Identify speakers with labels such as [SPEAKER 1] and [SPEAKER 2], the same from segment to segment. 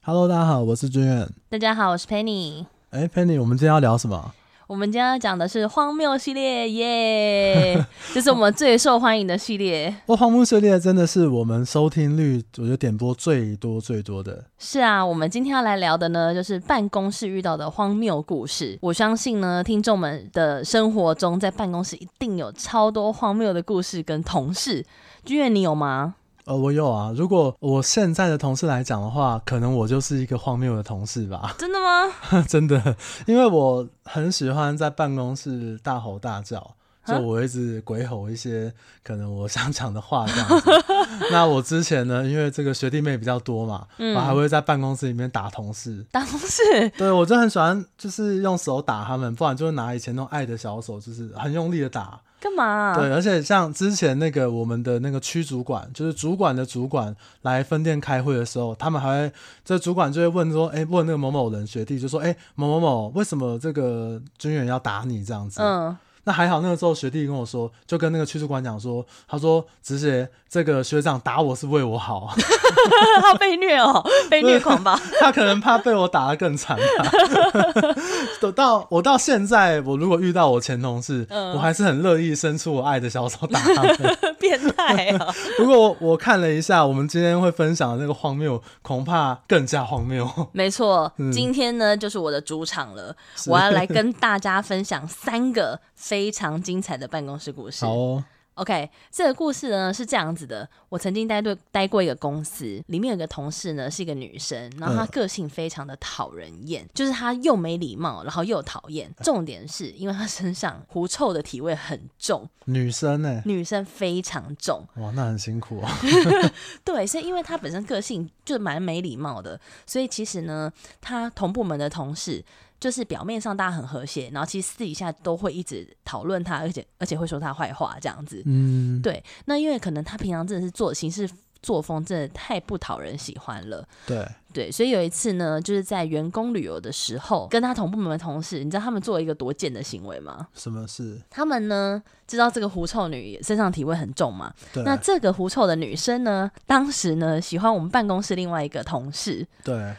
[SPEAKER 1] Hello，大家好，我是君远。
[SPEAKER 2] 大家好，我是 Penny。
[SPEAKER 1] 哎，Penny，我们今天要聊什么？
[SPEAKER 2] 我们今天要讲的是荒谬系列，耶！ 这是我们最受欢迎的系列。
[SPEAKER 1] 哇，哦荒木系列真的是我们收听率，我觉得点播最多最多的。
[SPEAKER 2] 是啊，我们今天要来聊的呢，就是办公室遇到的荒谬故事。我相信呢，听众们的生活中，在办公室一定有超多荒谬的故事跟同事。君远，你有吗？
[SPEAKER 1] 呃，我有啊。如果我现在的同事来讲的话，可能我就是一个荒谬的同事吧，
[SPEAKER 2] 真的吗？
[SPEAKER 1] 真的，因为我很喜欢在办公室大吼大叫。就
[SPEAKER 2] 啊
[SPEAKER 1] 我一直鬼吼一些可能我想讲的话这样子。那我之前呢，因为这个学弟妹比较多嘛，我还会在办公室里面打同事。
[SPEAKER 2] 当时
[SPEAKER 1] 对，我就很喜欢，就是用手打他们，不然就会拿以前那种爱的小手，就是很用力的打。
[SPEAKER 2] 干嘛、
[SPEAKER 1] 对，而且像之前那个我们的那个区主管，就是主管的主管来分店开会的时候，他们还会这主管就会问说，哎、问那个某某人学弟就说，哎、某某某，为什么这个军员要打你这样子？
[SPEAKER 2] 嗯，
[SPEAKER 1] 那还好，那个时候学弟跟我说，就跟那个区主管讲说，他说直姐，这个学长打我是为我好，
[SPEAKER 2] 他被虐哦，被虐狂 吧？
[SPEAKER 1] 他可能怕被我打得更惨 吧。等到我到现在，我如果遇到我前同事，
[SPEAKER 2] 嗯
[SPEAKER 1] 我还是很乐意伸出我爱的小手打他们。
[SPEAKER 2] 变态啊！
[SPEAKER 1] 不过我我看了一下，我们今天会分享的那个荒谬，恐怕更加荒谬。
[SPEAKER 2] 没错
[SPEAKER 1] 嗯，
[SPEAKER 2] 今天呢就是我的主场了，
[SPEAKER 1] 是
[SPEAKER 2] 我要来跟大家分享三个非常精彩的办公室故事
[SPEAKER 1] 好。哦，
[SPEAKER 2] OK，这个故事呢是这样子的：我曾经待对待过一个公司，里面有个同事呢是一个女生，然后她
[SPEAKER 1] 嗯
[SPEAKER 2] 个性非常的讨人厌，就是她又没礼貌，然后又讨厌。重点是因为她身上狐臭的体味很重，
[SPEAKER 1] 女生呢、
[SPEAKER 2] 女生非常重，
[SPEAKER 1] 哇，那很辛苦哦。
[SPEAKER 2] 对，是因为他本身个性就蛮没礼貌的，所以其实呢，他同部门的同事就是表面上大家很和谐，然后其实私底下都会一直讨论他，而且而且会说他坏话这样子。
[SPEAKER 1] 嗯，
[SPEAKER 2] 对，那因为可能他平常真的是做行事作风真的太不讨人喜欢了，
[SPEAKER 1] 对，
[SPEAKER 2] 对，所以有一次呢，就是在员工旅游的时候，跟他同部门的同事，你知道他们做了一个多贱的行为吗？
[SPEAKER 1] 什么事？
[SPEAKER 2] 他们呢知道这个狐臭女身上体味很重嘛，
[SPEAKER 1] 对，
[SPEAKER 2] 那这个狐臭的女生呢，当时呢喜欢我们办公室另外一个同事，
[SPEAKER 1] 对，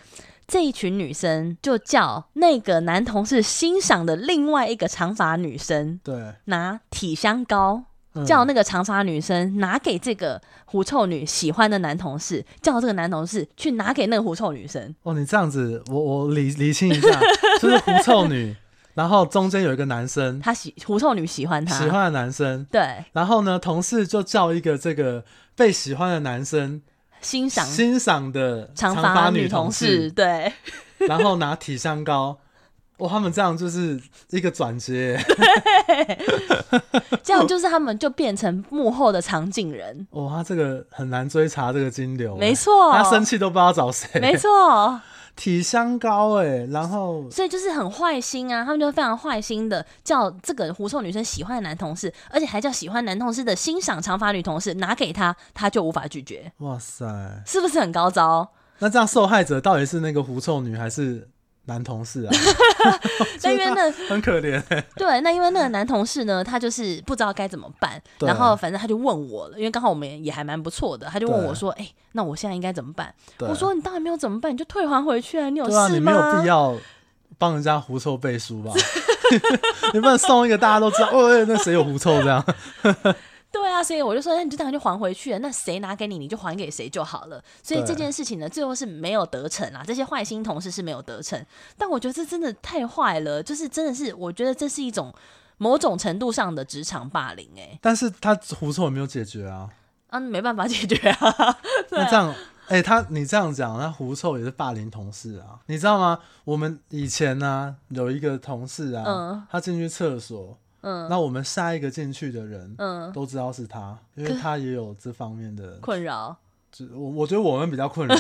[SPEAKER 2] 这一群女生就叫那个男同事欣赏的另外一个长发女生
[SPEAKER 1] 对，
[SPEAKER 2] 拿体香膏，
[SPEAKER 1] 嗯
[SPEAKER 2] 叫那个长发女生拿给这个狐臭女喜欢的男同事，叫这个男同事去拿给那个狐臭女生。
[SPEAKER 1] 哦，你这样子，我我理理清一下，就是狐臭 女，然后中间有一个男生，
[SPEAKER 2] 他喜狐臭女喜欢他，
[SPEAKER 1] 喜欢的男生，
[SPEAKER 2] 对
[SPEAKER 1] 然后呢，同事就叫一个这个被喜欢的男生
[SPEAKER 2] 欣赏
[SPEAKER 1] 欣赏的
[SPEAKER 2] 长
[SPEAKER 1] 发
[SPEAKER 2] 发
[SPEAKER 1] 女
[SPEAKER 2] 女同事，
[SPEAKER 1] 事，
[SPEAKER 2] 对。
[SPEAKER 1] 然后拿体香膏。哇，他们这样就是一个转 接，
[SPEAKER 2] 这样就是他们就变成幕后的场景人，
[SPEAKER 1] 哇，他这个很难追查这个金流，
[SPEAKER 2] 没，错。
[SPEAKER 1] 哦他生气都不知道找谁，
[SPEAKER 2] 没， 错，
[SPEAKER 1] 体香膏哎，然后
[SPEAKER 2] 所以就是很坏心啊，他们就非常坏心的叫这个狐臭女生喜欢的男同事，而且还叫喜欢男同事的欣赏长发女同事拿给他，他就无法拒绝，
[SPEAKER 1] 哇塞，
[SPEAKER 2] 是不是很高招？
[SPEAKER 1] 那这样受害者到底是那个狐臭女还是男同事啊？
[SPEAKER 2] 那因为那
[SPEAKER 1] 很可怜、欸。
[SPEAKER 2] 对，那因为那个男同事呢，他就是不知道该怎么办，
[SPEAKER 1] 对
[SPEAKER 2] 然后反正他就问我了，因为刚好我们也还蛮不错的，他就问
[SPEAKER 1] 对
[SPEAKER 2] 我说：“哎、那我现在应该怎么办？”
[SPEAKER 1] 对
[SPEAKER 2] 我说：“你当然没有怎么办，你就退还回去啊，你有
[SPEAKER 1] 对啊，你
[SPEAKER 2] 事吗？”
[SPEAKER 1] 没有必要帮人家狐臭背书吧？ 你不能送一个大家都知道，哦，哎那谁有狐臭这样？
[SPEAKER 2] 对啊，所以我就说，那你就当然就还回去了。那谁拿给你，你就还给谁就好了。所以
[SPEAKER 1] 对
[SPEAKER 2] 这件事情呢，最后是没有得逞啦。这些坏心同事是没有得逞，但我觉得这真的太坏了，就是真的是，我觉得这是一种某种程度上的职场霸凌、欸。
[SPEAKER 1] 但是他狐臭也没有解决啊。
[SPEAKER 2] 哎，啊，没办法解决啊。 对
[SPEAKER 1] 那
[SPEAKER 2] 啊
[SPEAKER 1] 这样，哎、他你这样讲，那狐臭也是霸凌同事啊，你知道吗？我们以前呢、有一个同事啊，
[SPEAKER 2] 嗯
[SPEAKER 1] 他进去厕所，
[SPEAKER 2] 嗯
[SPEAKER 1] 那我们下一个进去的人。
[SPEAKER 2] 嗯，
[SPEAKER 1] 都知道是他，因为
[SPEAKER 2] 可
[SPEAKER 1] 他也有这方面的
[SPEAKER 2] 困扰。
[SPEAKER 1] 就我我觉得我们比较困 扰，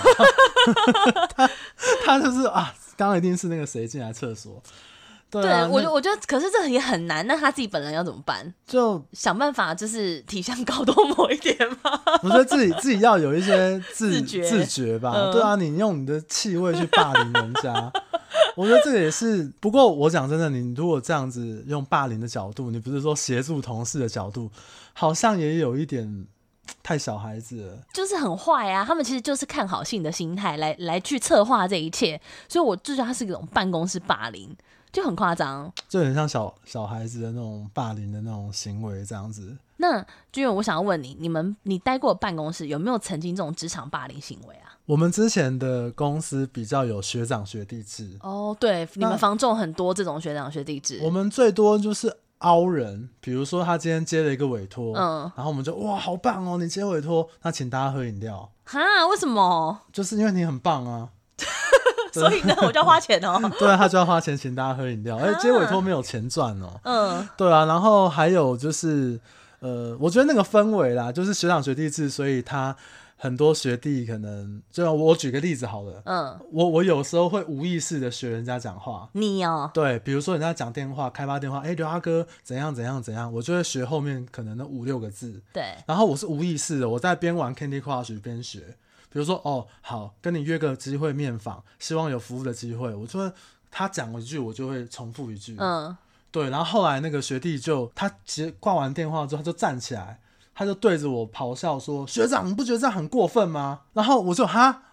[SPEAKER 1] 他他就是啊，刚刚一定是那个谁进来厕所，对
[SPEAKER 2] 对
[SPEAKER 1] 啊，
[SPEAKER 2] 我
[SPEAKER 1] 那
[SPEAKER 2] 就我觉得，可是这也很难。那他自己本人要怎么办？
[SPEAKER 1] 就
[SPEAKER 2] 想办法就是体香高多抹一点吗？
[SPEAKER 1] 我觉得自己自己要有一些自
[SPEAKER 2] 自觉
[SPEAKER 1] 自觉吧，
[SPEAKER 2] 嗯
[SPEAKER 1] 对啊，你用你的气味去霸凌人家。我觉得这个也是，不过我讲真的，你如果这样子用霸凌的角度，你不是说协助同事的角度，好像也有一点太小孩子了。
[SPEAKER 2] 就是很坏啊！他们其实就是看好性的心态来来去策划这一切，所以我就觉得他是一种办公室霸凌，就很夸张。
[SPEAKER 1] 就很像小小孩子的那种霸凌的那种行为这样子。
[SPEAKER 2] 那君远，我想要问你，你们你待过的办公室有没有曾经这种职场霸凌行为啊？
[SPEAKER 1] 我们之前的公司比较有学长学弟制，
[SPEAKER 2] 哦，对，你们房仲很多这种学长学弟制，
[SPEAKER 1] 我们最多就是凹人，比如说他今天接了一个委托，
[SPEAKER 2] 嗯，
[SPEAKER 1] 然后我们就哇好棒哦，你接委托，那请大家喝饮料，
[SPEAKER 2] 哈，为什么？
[SPEAKER 1] 就是因为你很棒啊。
[SPEAKER 2] 所以呢，我就要花钱哦。
[SPEAKER 1] 对啊，他就要花钱请大家喝饮料，哎而且接委托没有钱赚哦、
[SPEAKER 2] 嗯，
[SPEAKER 1] 对啊，然后还有就是，呃，我觉得那个氛围啦，就是学长学弟制，所以他很多学弟可能，就像我举个例子好了，
[SPEAKER 2] 嗯，
[SPEAKER 1] 我我有时候会无意识的学人家讲话，
[SPEAKER 2] 你哦，
[SPEAKER 1] 对，比如说人家讲电话，开发电话，哎、刘大哥怎样怎样怎样，我就会学后面可能那五六个字，
[SPEAKER 2] 对，
[SPEAKER 1] 然后我是无意识的，我在边玩 Candy Crush 边学，比如说哦，好，跟你约个机会面访，希望有服务的机会，我就会他讲一句，我就会重复一句，
[SPEAKER 2] 嗯，
[SPEAKER 1] 对，然后后来那个学弟就他接挂完电话之后，他就站起来，他就对着我咆哮说：“学长，你不觉得这样很过分吗？”然后我就哈，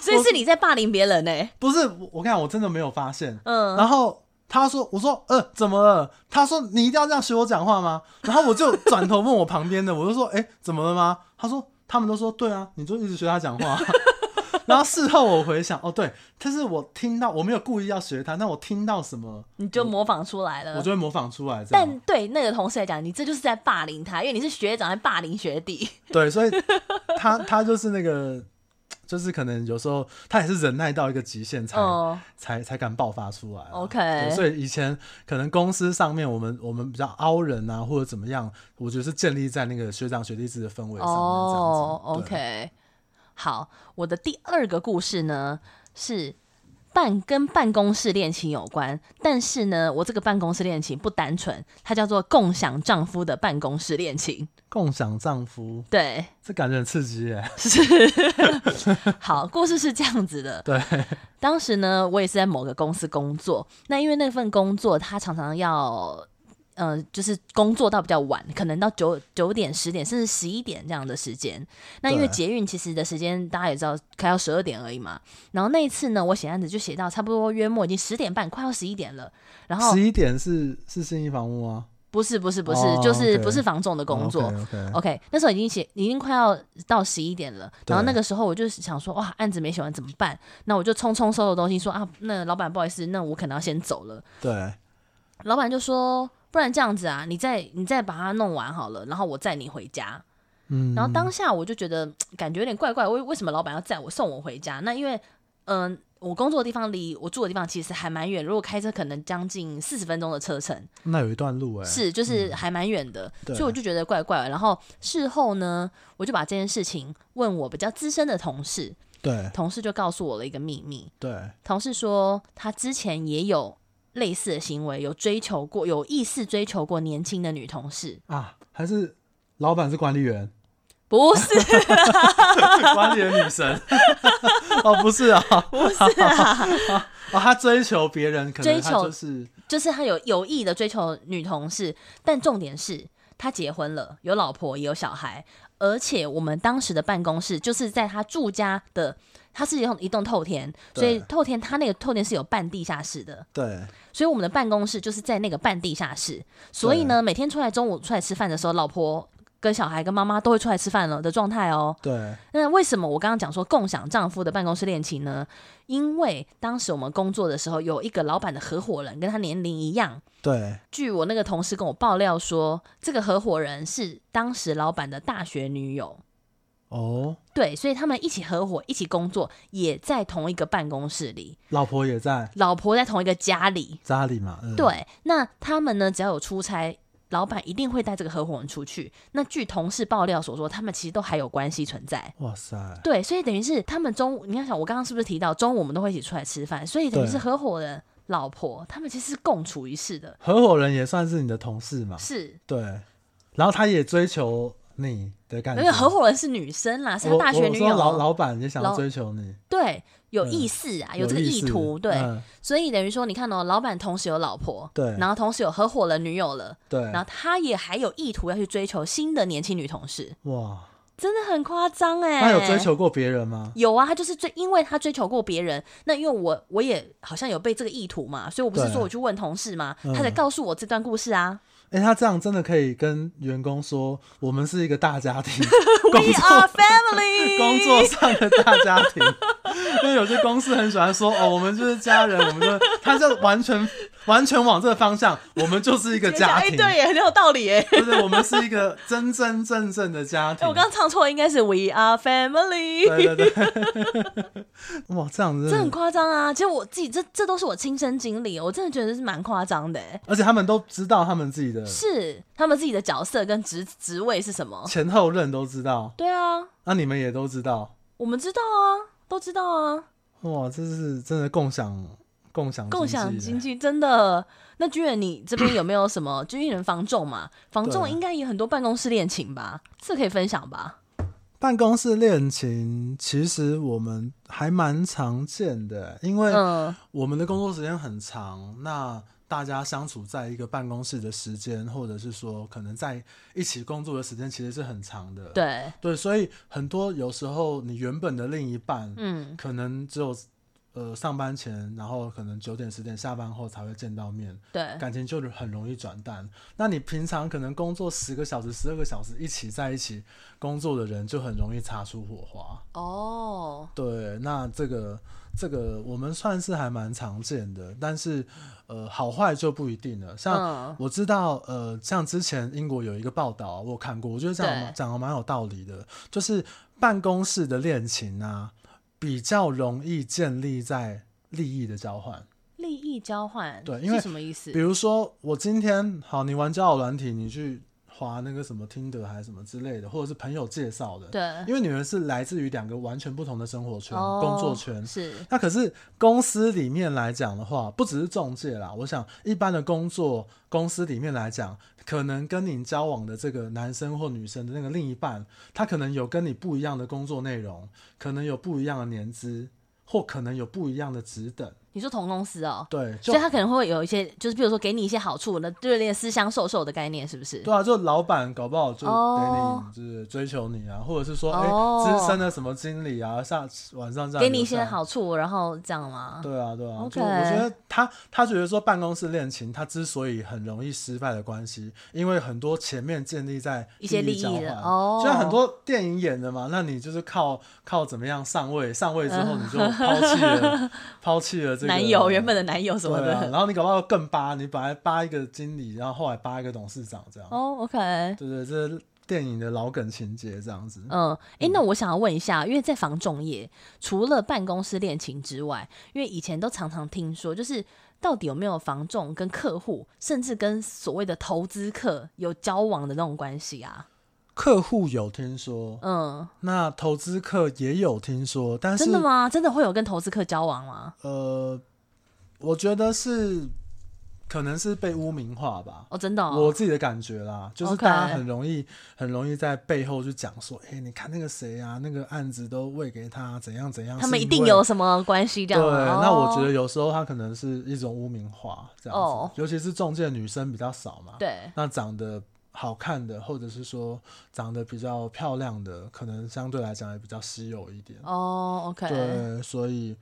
[SPEAKER 2] 所以是你在霸凌别人呢、欸
[SPEAKER 1] 不是，我我看我真的没有发现。
[SPEAKER 2] 嗯，
[SPEAKER 1] 然后他说：“我说，呃，怎么了？”他说：“你一定要这样学我讲话吗？”然后我就转头问我旁边的，我就说：“哎、怎么了吗？”他说：“他们都说对啊，你就一直学他讲话。” 然后事后我回想，哦，对，但是我听到我没有故意要学他，那我听到什么，
[SPEAKER 2] 你就模仿出来
[SPEAKER 1] 我
[SPEAKER 2] 了。
[SPEAKER 1] 就会模仿出来。这样。
[SPEAKER 2] 嗯但对那个同事来讲，你这就是在霸凌他，因为你是学长在霸凌学弟。
[SPEAKER 1] 对，所以 他他就是那个，就是可能有时候他也是忍耐到一个极限才、
[SPEAKER 2] 哦，
[SPEAKER 1] 才才敢爆发出来啊、
[SPEAKER 2] OK
[SPEAKER 1] 对所以以前可能公司上面我们我们比较凹人啊，或者怎么样，我觉得是建立在那个学长学弟制的氛围上面这样子。
[SPEAKER 2] 哦
[SPEAKER 1] 对
[SPEAKER 2] ，OK，好，我的第二个故事呢是办跟办公室恋情有关，但是呢，我这个办公室恋情不单纯，它叫做共享丈夫的办公室恋情。
[SPEAKER 1] 共享丈夫，
[SPEAKER 2] 对，
[SPEAKER 1] 这感觉很刺激耶！
[SPEAKER 2] 好，故事是这样子 的。
[SPEAKER 1] 对，
[SPEAKER 2] 当时呢，我也是在某个公司工作。那因为那份工作，他常常要，呃，就是工作到比较晚，可能到九九点、十点，甚至十一点这样的时间。那因为
[SPEAKER 1] 对
[SPEAKER 2] 捷运其实的时间大家也知道，开到十二点而已嘛。然后那一次呢，我写案子就写到差不多约莫已经十点半，快要十一点了。然后
[SPEAKER 1] 十一点是是信义房屋吗？
[SPEAKER 2] 不是不是不是，
[SPEAKER 1] 哦
[SPEAKER 2] 就是
[SPEAKER 1] ，OK
[SPEAKER 2] 不是房仲的工作，哦
[SPEAKER 1] o k
[SPEAKER 2] OK，那时候已经写，已经快要到十一点了。然后
[SPEAKER 1] 对
[SPEAKER 2] 那个时候我就想说，哇，案子没写完怎么办？那我就匆匆收了东西，说啊，那老板不好意思，那我可能要先走了。
[SPEAKER 1] 对，
[SPEAKER 2] 老板就说，不然这样子啊，你再你再把它弄完好了，然后我载你回家。
[SPEAKER 1] 嗯，
[SPEAKER 2] 然后当下我就觉得感觉有点怪怪，为为什么老板要载我送我回家？那因为嗯、我工作的地方离我住的地方其实还蛮远，如果开车可能将近四十分钟的车程。
[SPEAKER 1] 那有一段路哎，
[SPEAKER 2] 是，就是还蛮远的，
[SPEAKER 1] 对
[SPEAKER 2] 所以我就觉得怪怪的。然后事后呢，我就把这件事情问我比较资深的同事，
[SPEAKER 1] 对
[SPEAKER 2] 同事就告诉我了一个秘密。
[SPEAKER 1] 对，
[SPEAKER 2] 同事说他之前也有类似的行为，有追求过，有意识追求过年轻的女同事，
[SPEAKER 1] 啊，还是老板是管理 员，
[SPEAKER 2] 不是
[SPEAKER 1] 管理的女神。 哦，不是啊，
[SPEAKER 2] 不是啊，
[SPEAKER 1] 哦，他追求别人，可能
[SPEAKER 2] 追
[SPEAKER 1] 他
[SPEAKER 2] 求
[SPEAKER 1] 就是
[SPEAKER 2] 就是他有有意的追求女同事，但重点是他结婚了，有老婆也有小孩，而且我们当时的办公室就是在他住家的，他是用一栋透天，所以
[SPEAKER 1] 对
[SPEAKER 2] 透天他那个透天是有半地下室的，
[SPEAKER 1] 对
[SPEAKER 2] 所以我们的办公室就是在那个半地下室，所以呢，每天出来中午出来吃饭的时候，老婆。跟小孩、跟妈妈都会出来吃饭了的状态哦。
[SPEAKER 1] 对
[SPEAKER 2] 那为什么我刚刚讲说共享丈夫的办公室恋情呢？因为当时我们工作的时候，有一个老板的合伙人跟他年龄一样，
[SPEAKER 1] 对
[SPEAKER 2] 据我那个同事跟我爆料说，这个合伙人是当时老板的大学女友，
[SPEAKER 1] 哦，
[SPEAKER 2] 对，所以他们一起合伙，一起工作，也在同一个办公室里，
[SPEAKER 1] 老婆也在
[SPEAKER 2] 老婆在同一个家里。
[SPEAKER 1] 家里嘛，嗯、，
[SPEAKER 2] 对，那他们呢，只要有出差，老板一定会带这个合伙人出去。那据同事爆料所说，他们其实都还有关系存在。
[SPEAKER 1] 哇塞，
[SPEAKER 2] 对，所以等于是他们中午，你要想，我刚刚是不是提到中午我们都会一起出来吃饭？所以等于
[SPEAKER 1] 对
[SPEAKER 2] 是合伙人、老婆，他们其实是共处一室的。
[SPEAKER 1] 啊合伙人也算是你的同事嘛，
[SPEAKER 2] 是，
[SPEAKER 1] 对，然后他也追求你的感觉。
[SPEAKER 2] 那个合伙人是女生啦，是他
[SPEAKER 1] 我
[SPEAKER 2] 大学女
[SPEAKER 1] 我
[SPEAKER 2] 友
[SPEAKER 1] 说老
[SPEAKER 2] 哦。
[SPEAKER 1] 老板也想要追求你，
[SPEAKER 2] 对，有
[SPEAKER 1] 嗯
[SPEAKER 2] 意思啊，有这个
[SPEAKER 1] 意
[SPEAKER 2] 意
[SPEAKER 1] 思
[SPEAKER 2] 图，对。
[SPEAKER 1] 嗯
[SPEAKER 2] 所以等于说，你看哦，老板同时有老婆，
[SPEAKER 1] 对
[SPEAKER 2] 然后同时有合伙人女友了，
[SPEAKER 1] 对
[SPEAKER 2] 然，后他也还有意图要去追求新的年轻女同事，
[SPEAKER 1] 哇，
[SPEAKER 2] 真的很夸张哎、
[SPEAKER 1] 那有追？求过别人吗？
[SPEAKER 2] 有啊，他就是追，因为他追求过别人。那因为我我也好像有被这个意图嘛，所以我不是
[SPEAKER 1] 对
[SPEAKER 2] 说我去问同事嘛，
[SPEAKER 1] 嗯
[SPEAKER 2] 他才告诉我这段故事啊。
[SPEAKER 1] 哎、他这样真的可以跟员工说，我们是一个大家 庭， 工
[SPEAKER 2] We
[SPEAKER 1] 作
[SPEAKER 2] are family，
[SPEAKER 1] 工作上的大家 庭。因为有些公司很喜欢说，哦，我们就是家人，我们就他就完全完全往这个方向，我们就是一个家
[SPEAKER 2] 哎，
[SPEAKER 1] 庭，
[SPEAKER 2] 对耶，很有道理耶。
[SPEAKER 1] 对对，我们是一个真真正正的家
[SPEAKER 2] 哎
[SPEAKER 1] 庭。
[SPEAKER 2] 我刚刚唱错，应该是 We are family。
[SPEAKER 1] 对对 对，哇，这样子
[SPEAKER 2] 这很夸张啊！其实我自己这这都是我亲身经历，我真的觉得是蛮夸张的、欸。
[SPEAKER 1] 而且他们都知道他们自己的
[SPEAKER 2] 是他们自己的角色跟职职位是什么？
[SPEAKER 1] 前后任都知道，
[SPEAKER 2] 对啊，
[SPEAKER 1] 那、你们也都知道，
[SPEAKER 2] 我们知道啊，都知道啊。
[SPEAKER 1] 哇，这是真的共享共享
[SPEAKER 2] 共享经
[SPEAKER 1] 经济
[SPEAKER 2] 济真的。那居然你这边有没有什么？ 就一人房仲嘛，房
[SPEAKER 1] 对
[SPEAKER 2] 仲
[SPEAKER 1] 啊
[SPEAKER 2] 应该也很多办公室恋情吧？这可以分享吧？
[SPEAKER 1] 办公室恋情，其实我们还蛮常见的，因为
[SPEAKER 2] 嗯，
[SPEAKER 1] 我们的工作时间很长，那大家相处在一个办公室的时间，或者是说可能在一起工作的时间，其实是很长的。
[SPEAKER 2] 对，
[SPEAKER 1] 对，所以很多有时候你原本的另一半，
[SPEAKER 2] 嗯，
[SPEAKER 1] 可能只有呃上班前，然后可能九点十点下班后才会见到面，
[SPEAKER 2] 对，
[SPEAKER 1] 感情就很容易转淡。那你平常可能工作十个小时、十二个小时一起在一起工作的人，就很容易擦出火花。
[SPEAKER 2] 哦，
[SPEAKER 1] 对，那这个这个我们算是还蛮常见的，但是呃好坏就不一定了。像
[SPEAKER 2] 嗯，
[SPEAKER 1] 我知道，呃，像之前英国有一个报道、啊我有看过，我觉得讲得蛮
[SPEAKER 2] 对
[SPEAKER 1] 讲的蛮有道理的，就是办公室的恋情啊，比较容易建立在利益的交换。
[SPEAKER 2] 利益交换，
[SPEAKER 1] 对因
[SPEAKER 2] 是
[SPEAKER 1] 为
[SPEAKER 2] 什么意思
[SPEAKER 1] 比？如说，我今天好，你玩交友软体，你去划那个什么听的还是什么之类的，或者是朋友介绍的，
[SPEAKER 2] 对，
[SPEAKER 1] 因为你们是来自于两个完全不同的生活圈、
[SPEAKER 2] 哦
[SPEAKER 1] 工作圈。
[SPEAKER 2] 是，
[SPEAKER 1] 那可是公司里面来讲的话，不只是中介啦，我想一般的工作公司里面来讲，可能跟你交往的这个男生或女生的那个另一半，他可能有跟你不一样的工作内容，可能有不一样的年资，或可能有不一样的职等。
[SPEAKER 2] 你说同公司哦？
[SPEAKER 1] 对，就
[SPEAKER 2] 所以他可能会有一些，就是比如说给你一些好处，那就有点私相授受的概念，是不是？
[SPEAKER 1] 对啊，就老板搞不好就给
[SPEAKER 2] 哦
[SPEAKER 1] 你就是追求你啊，或者是说哎
[SPEAKER 2] 哦
[SPEAKER 1] 资、深的什么经理啊，下晚上这样
[SPEAKER 2] 给你一
[SPEAKER 1] 留
[SPEAKER 2] 些
[SPEAKER 1] 下来
[SPEAKER 2] 好处，然后这样吗？
[SPEAKER 1] 对啊，对啊
[SPEAKER 2] OK
[SPEAKER 1] 就我觉得他他觉得说办公室恋情，他之所以很容易失败的关系，因为很多前面建立在
[SPEAKER 2] 一些利益
[SPEAKER 1] 交
[SPEAKER 2] 的
[SPEAKER 1] 换，
[SPEAKER 2] 哦
[SPEAKER 1] 就像很多电影演的嘛，那你就是靠靠怎么样上位，上位之后你就抛弃 了抛弃了这个
[SPEAKER 2] 嗯男友原本的男友什么
[SPEAKER 1] 啊对啊，
[SPEAKER 2] 的。
[SPEAKER 1] 然后你搞不好更扒，你本来扒一个经理，然后后来扒一个董事长这样，
[SPEAKER 2] 哦，OK、o k
[SPEAKER 1] 对啊对，这是电影的老梗情节这样子。
[SPEAKER 2] 嗯，诶，那我想要问一下，因为在房仲业，除了办公室恋情之外，因为以前都常常听说，就是到底有没有房仲跟客户，甚至跟所谓的投资客有交往的那种关系啊？
[SPEAKER 1] 客户有听说，
[SPEAKER 2] 嗯，
[SPEAKER 1] 那投资客也有听说，但是
[SPEAKER 2] 真的吗？真的会有跟投资客交往吗？
[SPEAKER 1] 呃，我觉得是可能是被污名化吧。
[SPEAKER 2] 哦，真的、哦，
[SPEAKER 1] 我自己的感觉啦，就是
[SPEAKER 2] OK
[SPEAKER 1] 大家很容易很容易在背后就讲说，哎、你看那个谁啊，那个案子都喂给他，怎样怎样，
[SPEAKER 2] 他
[SPEAKER 1] 是
[SPEAKER 2] 们一
[SPEAKER 1] 因
[SPEAKER 2] 定
[SPEAKER 1] 为
[SPEAKER 2] 有什么关系这
[SPEAKER 1] 对。
[SPEAKER 2] 样吗？
[SPEAKER 1] 那我觉得
[SPEAKER 2] 哦
[SPEAKER 1] 有时候他可能是一种污名化这样子，
[SPEAKER 2] 哦
[SPEAKER 1] 尤其是中介女生比较少嘛，
[SPEAKER 2] 对，
[SPEAKER 1] 那长得好看的，或者是说长得比较漂亮的，可能相对来讲也比较稀有一点。
[SPEAKER 2] 哦，OK，
[SPEAKER 1] 对，所以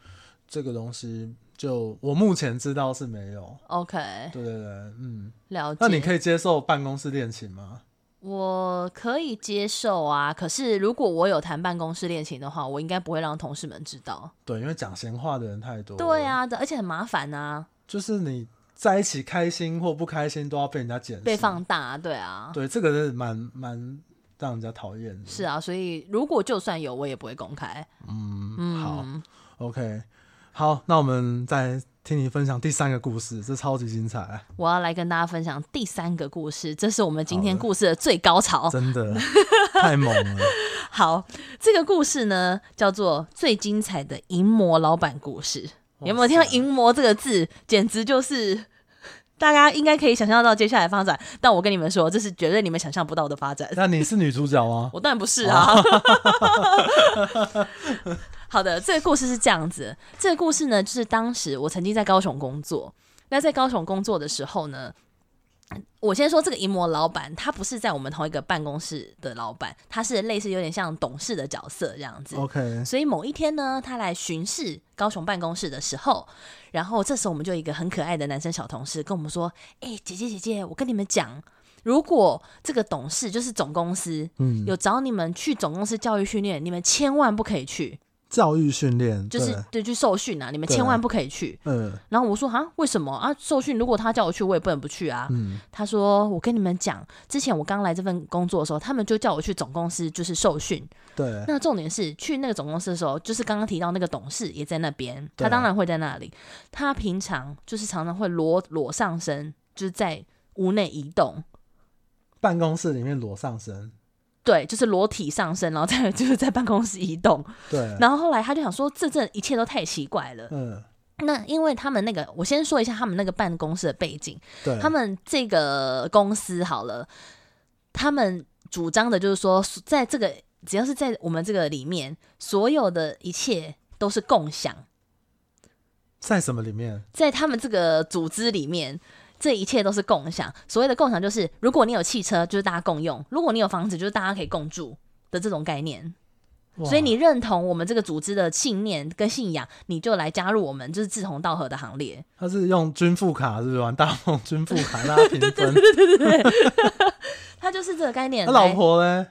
[SPEAKER 1] 这个东西就我目前知道是没有。
[SPEAKER 2] OK，
[SPEAKER 1] 对对对，嗯，
[SPEAKER 2] 了解。
[SPEAKER 1] 那你可以接受办公室恋情吗？
[SPEAKER 2] 我可以接受啊，可是如果我有谈办公室恋情的话，我应该不会让同事们知道。
[SPEAKER 1] 对，因为讲闲话的人太多。
[SPEAKER 2] 对，啊，而且很麻烦啊，
[SPEAKER 1] 就是你在一起开心或不开心都要被人家检视，
[SPEAKER 2] 被放大，对啊，
[SPEAKER 1] 对，这个是蛮蛮让人家讨厌的。
[SPEAKER 2] 是啊，所以如果就算有，我也不会公开。
[SPEAKER 1] 嗯，
[SPEAKER 2] 嗯，
[SPEAKER 1] 好，OK，好，那我们再听你分享第三个故事，这超级精彩，
[SPEAKER 2] 我要来跟大家分享第三个故事，这是我们今天
[SPEAKER 1] 好的
[SPEAKER 2] 故事的最高潮。
[SPEAKER 1] 真的太猛 了。
[SPEAKER 2] 好，这个故事呢叫做《最精彩的淫魔老板故事》。有没有听到“淫魔”这个字？简直就是 大家应该可以想象到接下来发展，但我跟你们说，这是绝对你们想象不到的发展。
[SPEAKER 1] 那你是女主角吗？
[SPEAKER 2] 我当然不是啊。 好的，这个故事是这样子。这个故事呢，就是当时我曾经在高雄工作。那在高雄工作的时候呢，我先说这个银模老板，他不是在我们同一个办公室的老板，他是类似有点像董事的角色这样子。
[SPEAKER 1] OK，
[SPEAKER 2] 所以某一天呢，他来巡视高雄办公室的时候，然后这时候我们就有一个很可爱的男生小同事跟我们说：“哎、姐姐姐姐，我跟你们讲，如果这个董事就是总公司
[SPEAKER 1] 嗯，
[SPEAKER 2] 有找你们去总公司教育训练，你们千万不可以去，
[SPEAKER 1] 教育训练
[SPEAKER 2] 就是
[SPEAKER 1] 对
[SPEAKER 2] 对去受训啊，你们
[SPEAKER 1] 对
[SPEAKER 2] 千万不可以去。”
[SPEAKER 1] 嗯
[SPEAKER 2] 然后我说：“啊，为什么啊？受训如果他叫我去，我也不能不去啊。”
[SPEAKER 1] 嗯
[SPEAKER 2] 他说：“我跟你们讲，之前我刚来这份工作的时候，他们就叫我去总公司就是受训，
[SPEAKER 1] 对
[SPEAKER 2] 那重点是去那个总公司的时候，就是刚刚提到那个董事也在那边，
[SPEAKER 1] 对
[SPEAKER 2] 他当然会在那里。他平常就是常常会裸裸上身，就是在屋内移动，
[SPEAKER 1] 办公室里面裸上身，
[SPEAKER 2] 对，就是裸体上身，然后再就是在办 公室移动。
[SPEAKER 1] 对，
[SPEAKER 2] 然后后来他就想说，这这一切都太奇怪了。
[SPEAKER 1] 嗯
[SPEAKER 2] 那因为他们那个，我先说一下他们那个办公室的背景，
[SPEAKER 1] 对，
[SPEAKER 2] 他们这个公司好了，他们主张的就是说，在这个只要是在我们这个里面，所有的一切都是共享。
[SPEAKER 1] 在什么里面？
[SPEAKER 2] 在他们这个组织里面，这一切都是共享。所谓的共享，就是如果你有汽车，就是大家共用；如果你有房子，就是大家可以共住的这种概念。
[SPEAKER 1] 哇
[SPEAKER 2] 所以你认同我们这个组织的信念跟信仰，你就来加入我们就是志同道合的行列。
[SPEAKER 1] 他是用军富卡是不是玩大梦军富卡拉 平分？
[SPEAKER 2] 它就是这个概念。
[SPEAKER 1] 他老
[SPEAKER 2] 来
[SPEAKER 1] 婆嘞？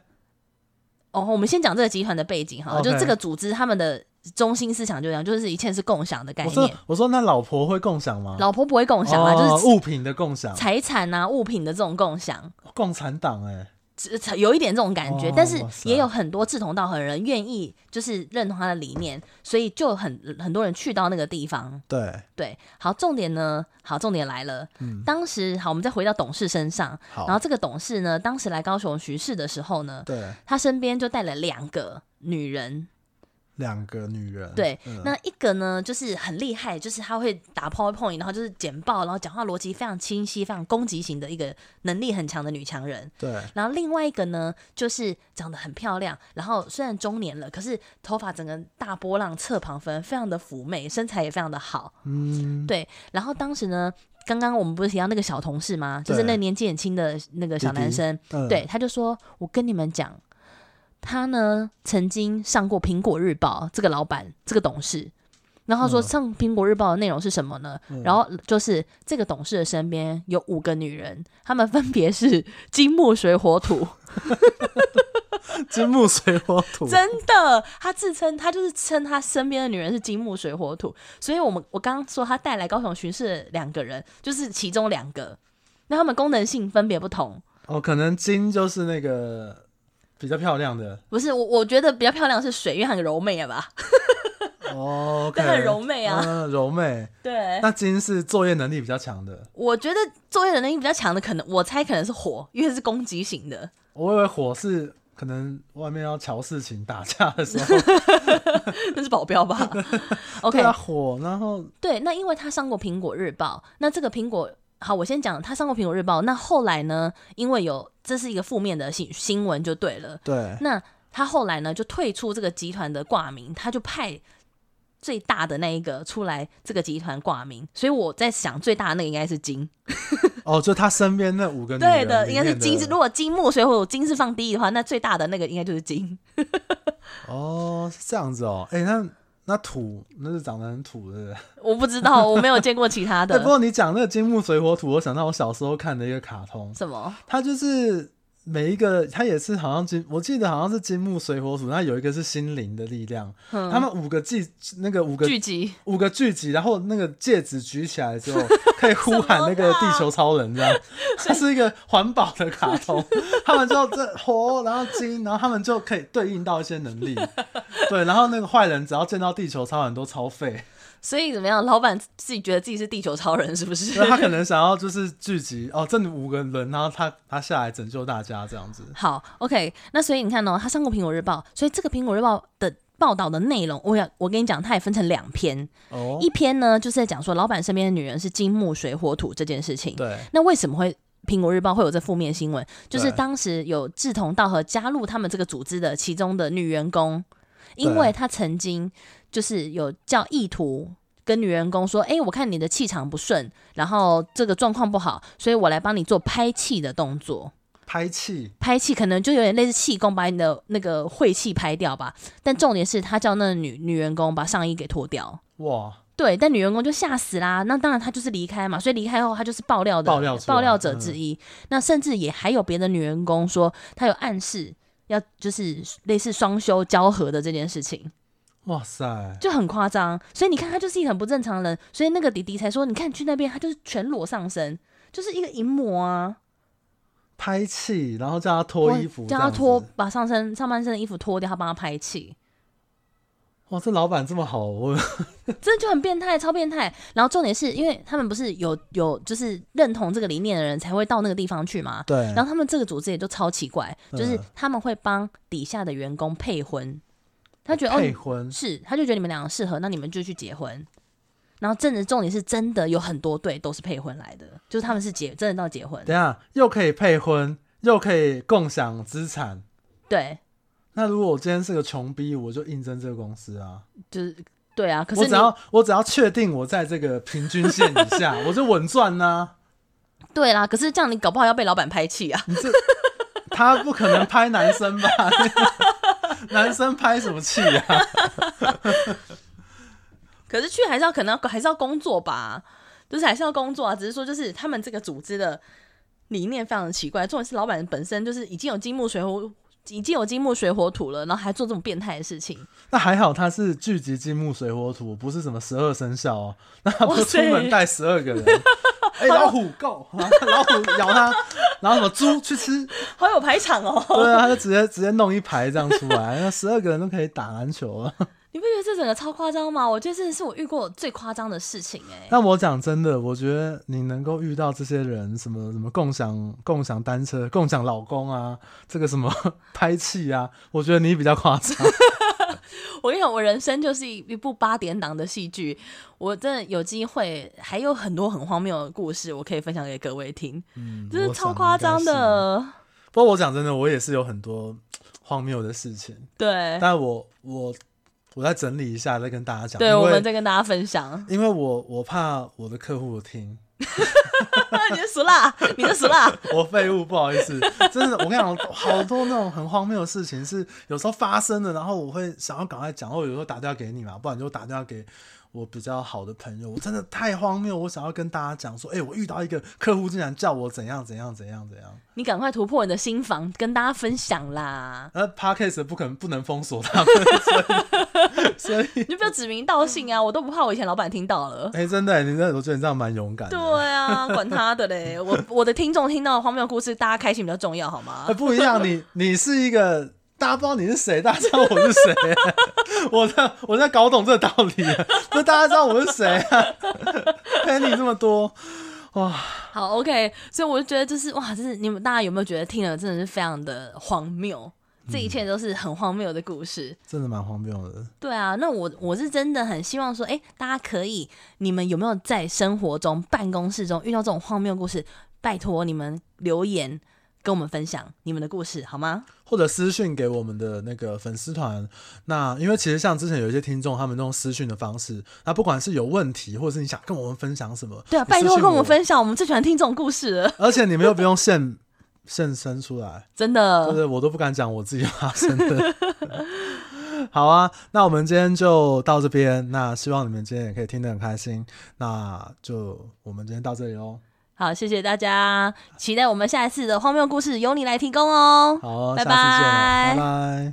[SPEAKER 2] 哦，我们先讲这个集团的背景哈
[SPEAKER 1] OK
[SPEAKER 2] 就是这个组织他们的中心思想就这样，就是一切是共享的概
[SPEAKER 1] 我说
[SPEAKER 2] 念。
[SPEAKER 1] 我说那老婆会共享吗？
[SPEAKER 2] 老婆不会共享啊，
[SPEAKER 1] 哦
[SPEAKER 2] 就是
[SPEAKER 1] 物品的共享，
[SPEAKER 2] 财产啊、物品的这种共享。
[SPEAKER 1] 共产党哎，
[SPEAKER 2] 只有一点这种感觉，
[SPEAKER 1] 哦
[SPEAKER 2] 但是
[SPEAKER 1] 哇塞
[SPEAKER 2] 也有很多志同道合的人愿意就是认同他的理念，所以就很很多人去到那个地方。
[SPEAKER 1] 对，
[SPEAKER 2] 对，好，重点呢，好，重点来了。
[SPEAKER 1] 嗯
[SPEAKER 2] 当时好，我们再回到董事身上，
[SPEAKER 1] 好，
[SPEAKER 2] 然后这个董事呢，当时来高雄巡视的时候呢，
[SPEAKER 1] 对
[SPEAKER 2] 他身边就带了两个女人，
[SPEAKER 1] 两个女人，
[SPEAKER 2] 对，
[SPEAKER 1] 嗯
[SPEAKER 2] 那一个呢就是很厉害，就是他会打 PowerPoint，然后就是简报，然后讲话逻辑非常清晰，非常攻击型的一个能力很强的女强人。
[SPEAKER 1] 对
[SPEAKER 2] 然后另外一个呢，就是长得很漂亮，然后虽然中年了，可是头发整个大波浪侧旁分，非常的妩媚，身材也非常的好。
[SPEAKER 1] 嗯
[SPEAKER 2] 对，然后当时呢，刚刚我们不是提到那个小同事吗？就是
[SPEAKER 1] 对
[SPEAKER 2] 那个年纪很轻的那个小
[SPEAKER 1] 弟弟
[SPEAKER 2] 男生，
[SPEAKER 1] 嗯
[SPEAKER 2] 对，他就说：“我跟你们讲，他呢曾经上过《苹果日报》，这个老板，这个董事。”然后他说
[SPEAKER 1] 嗯
[SPEAKER 2] 上《苹果日报》的内容是什么呢？
[SPEAKER 1] 嗯
[SPEAKER 2] 然后就是这个董事的身边有五个女人，她们分别是金木水 火土，
[SPEAKER 1] 金木水火土，
[SPEAKER 2] 真的，他自称他就是称他身边的女人是金木水火土，所以我们我刚刚说他带来高雄巡视的两个人，就是其中两个，那他们功能性分别不同。
[SPEAKER 1] 哦，可能金就是那个比较漂亮的
[SPEAKER 2] 不是我，我觉得比较漂亮的是水，因为她很柔媚啊吧，
[SPEAKER 1] 哦，
[SPEAKER 2] 她很柔媚啊。
[SPEAKER 1] 嗯，柔媚。
[SPEAKER 2] 对，
[SPEAKER 1] 那金是作业能力比较强的，
[SPEAKER 2] 我觉得作业能力比较强的，可能我猜可能是火，因为是攻击型的。
[SPEAKER 1] 我以为火是可能外面要瞧事情打架的 时候，
[SPEAKER 2] 那是保镖 吧？OK，
[SPEAKER 1] 对啊，火，然后
[SPEAKER 2] 对，那因为他上过《苹果日报》，那这个苹果好，我先讲他上过《苹果日报》，那后来呢，因为有这是一个负面的新新闻就对了，
[SPEAKER 1] 对
[SPEAKER 2] 那他后来呢就退出这个集团的挂名，他就派最大的那一个出来这个集团挂名，所以我在想最大的那个应该是金，
[SPEAKER 1] 哦，就他身边那五个女人
[SPEAKER 2] 对的，
[SPEAKER 1] 里
[SPEAKER 2] 应该是
[SPEAKER 1] 面
[SPEAKER 2] 金是。如果金木水火金是放第一的话，那最大的那个应该就是金。
[SPEAKER 1] 哦，是这样子哦，哎、那那土那是长得很土的。
[SPEAKER 2] 我不 知道，我没有见过其他
[SPEAKER 1] 哎、
[SPEAKER 2] 的
[SPEAKER 1] 不过你讲那个金木水火土，我想到我小时候看的一个卡通，
[SPEAKER 2] 什么。
[SPEAKER 1] 它就是每一个，它也是好像金，我记得好像是金木水火土，那有一个是心灵的力量，
[SPEAKER 2] 嗯
[SPEAKER 1] 他们五个聚那个五个
[SPEAKER 2] 聚集
[SPEAKER 1] 五个聚集，然后那个戒指举起来之 后，可以呼喊那个地球超人这样。它是一个环保的卡 通，他们就这火，然后金，然后他们就可以对应到一些能力。对，然后那个坏人只要见到地球超人都超废，
[SPEAKER 2] 所以怎么样？老板自己觉得自己是地球超人，是不是
[SPEAKER 1] 因？ 为他可能想要就是聚集哦，这五个人，然后他他下来拯救大家这样子。
[SPEAKER 2] 好，OK，那所以你看哦，他上过《苹果日报》，所以这个《苹果日报》的报道的内容，我要我跟你讲，它也分成两篇，
[SPEAKER 1] 哦，
[SPEAKER 2] 一篇呢就是在讲说老板身边的女人是金木水火土这件事情。
[SPEAKER 1] 对，
[SPEAKER 2] 那为什么会苹果日报会有这负面新闻？就是
[SPEAKER 1] 对
[SPEAKER 2] 当时有志同道合加入他们这个组织的其中的女员工，因
[SPEAKER 1] 对
[SPEAKER 2] 为她曾经就是有叫意图。跟女员工说：“哎、我看你的气场不顺，然后这个状况不好，所以我来帮你做拍气的动作。
[SPEAKER 1] 拍气
[SPEAKER 2] 拍气可能就有点类似气功，把你的那个晦气拍掉吧。但重点是他叫那个女女员工把上衣给脱掉，
[SPEAKER 1] 哇，
[SPEAKER 2] 对，但女员工就吓死啦。那当然，她就是离开嘛，所以离开后，她就是爆料的
[SPEAKER 1] 爆料出来
[SPEAKER 2] 者
[SPEAKER 1] 嗯
[SPEAKER 2] 之一。那甚至也还有别的女员工说，她有暗示要就是类似双休交合的这件事情，
[SPEAKER 1] 哇塞，
[SPEAKER 2] 就很夸张。所以你看，她就是一个很不正常的人。所以那个弟弟才说，你看你去那边，她就是全裸上身，就是一个淫魔啊，
[SPEAKER 1] 拍气，然后叫他脱衣服，
[SPEAKER 2] 叫她脱，把上身上半身的衣服脱掉，她帮她拍气。
[SPEAKER 1] 哇，这老板这么好，我。
[SPEAKER 2] 真的就很变态，超变态。然后重点是因为他们不是有有就是认同这个理念的人才会到那个地方去嘛
[SPEAKER 1] 对，
[SPEAKER 2] 然后他们这个组织也就超奇怪，
[SPEAKER 1] 嗯
[SPEAKER 2] 就是他们会帮底下的员工配婚，他觉得
[SPEAKER 1] 配
[SPEAKER 2] 哦
[SPEAKER 1] 婚
[SPEAKER 2] 是，他就觉得你们两个适合，那你们就去结婚。然后，正的重点是真的有很多对都是配婚来的，就是他们是结真的到结婚，
[SPEAKER 1] 等一下又可以配婚，又可以共享资产。
[SPEAKER 2] 对，
[SPEAKER 1] 那如果我今天是个穷逼，我就应征这个公司啊。
[SPEAKER 2] 就是对啊。可
[SPEAKER 1] 我
[SPEAKER 2] 是
[SPEAKER 1] 只
[SPEAKER 2] 你
[SPEAKER 1] 要我只要确定我在这个平均线以 下，我就稳赚啊呐、
[SPEAKER 2] 对啦，可是这样你搞不好要被老板拍气啊。
[SPEAKER 1] 他不可能拍男生吧？ 男生拍什么气啊？
[SPEAKER 2] 可是去还是要可能要还是要工作吧，就是还是要工作啊，只是说就是他们这个组织的理念非常的奇怪，重点是老板本身就是已经有金木水火。已经有金木水火土了，然后还做这种变态的事情，
[SPEAKER 1] 那还好他是聚集金木水火土，不是什么十二生肖哦。那他不
[SPEAKER 2] 哇
[SPEAKER 1] 是
[SPEAKER 2] 塞
[SPEAKER 1] 出门带十二个人？哎、老虎 够，然后老虎咬他，然后什么猪去吃，
[SPEAKER 2] 好有排场哦！
[SPEAKER 1] 对啊，他就直接直接弄一排这样出来，那十二个人都可以打篮球了。
[SPEAKER 2] 你不觉得这整个超夸张吗？我觉得这是我遇过最夸张的事情哎、
[SPEAKER 1] 但我讲真的，我觉得你能够遇到这些人，什么什么共享共享单车、共享老公啊，这个什么 拍气啊，我觉得你比较夸张。
[SPEAKER 2] 我跟你讲，我人生就是一一部八点档的戏剧，我真的有机会还有很多很荒谬的故事，我可以分享给各位听，
[SPEAKER 1] 嗯
[SPEAKER 2] 真的超夸张。
[SPEAKER 1] 我想应该是
[SPEAKER 2] 的。
[SPEAKER 1] 不过我讲真的，我也是有很多荒谬的事情，
[SPEAKER 2] 对，
[SPEAKER 1] 但我我我再整理一下，再跟大家讲。
[SPEAKER 2] 对，
[SPEAKER 1] 因
[SPEAKER 2] 我
[SPEAKER 1] 为
[SPEAKER 2] 们再跟大家分享。
[SPEAKER 1] 因为我我怕我的客户听，
[SPEAKER 2] 你是俗辣，你是俗辣，
[SPEAKER 1] 我废物，不好意思，真的，我跟你讲，好多那种很荒谬的事情是有时候发生的，然后我会想要赶快讲，或者有时候打电话给你嘛，不然就打电话给我比较好的朋友。我真的太荒谬，我想要跟大家讲说，哎、我遇到一个客户竟然叫我怎样怎样怎样怎样，
[SPEAKER 2] 你赶快突破你的心房，跟大家分享啦！
[SPEAKER 1] 那 podcast 不可能不能封锁他们，所以所以，
[SPEAKER 2] 你就不要指名道姓啊，我都不怕我以前老板听到了。
[SPEAKER 1] 哎、真的，你真的，我觉得你这样蛮勇敢的。
[SPEAKER 2] 对啊，管他的嘞！我我的听众听到荒谬故事，大家开心比较重要，好吗
[SPEAKER 1] 呃，？不一样， 你你是一个。大家不知道你是谁，大家知道我是谁、啊 我在我在搞懂这个道理、啊，就大家知道我是谁啊？Penny 这么多，哇，
[SPEAKER 2] 好，OK。所以我就觉得，就是哇，就是你们大家有没有觉得听了真的是非常的荒谬？这一切都是很荒谬的故事。
[SPEAKER 1] 真的蛮荒谬的。
[SPEAKER 2] 对啊，那我我是真的很希望说，哎、大家可以，你们有没有在生活中、办公室中遇到这种荒谬故事？拜托你们留言跟我们分享你们的故事好吗？
[SPEAKER 1] 或者私讯给我们的那个粉丝团，那因为其实像之前有一些听众，他们那种私讯的方式，那不管是有问题，或者是你想跟我们分享什么，
[SPEAKER 2] 对啊，
[SPEAKER 1] 你
[SPEAKER 2] 拜
[SPEAKER 1] 私
[SPEAKER 2] 托
[SPEAKER 1] 讯
[SPEAKER 2] 跟我
[SPEAKER 1] 我
[SPEAKER 2] 们，分享，我们最喜欢听这种故事了，
[SPEAKER 1] 而且你们又不用现现身出来，
[SPEAKER 2] 真
[SPEAKER 1] 对
[SPEAKER 2] 的。
[SPEAKER 1] 对，我都不敢讲我自己发生的。 好啊，那我们今天就到这边。那希望你们今天也可以听得很开心。那就我们今天到这里喽。
[SPEAKER 2] 好，谢谢大家，期待我们下一次的荒谬故事由你来提供哦。
[SPEAKER 1] 好，
[SPEAKER 2] 拜
[SPEAKER 1] 下次见
[SPEAKER 2] 拜
[SPEAKER 1] 了，拜拜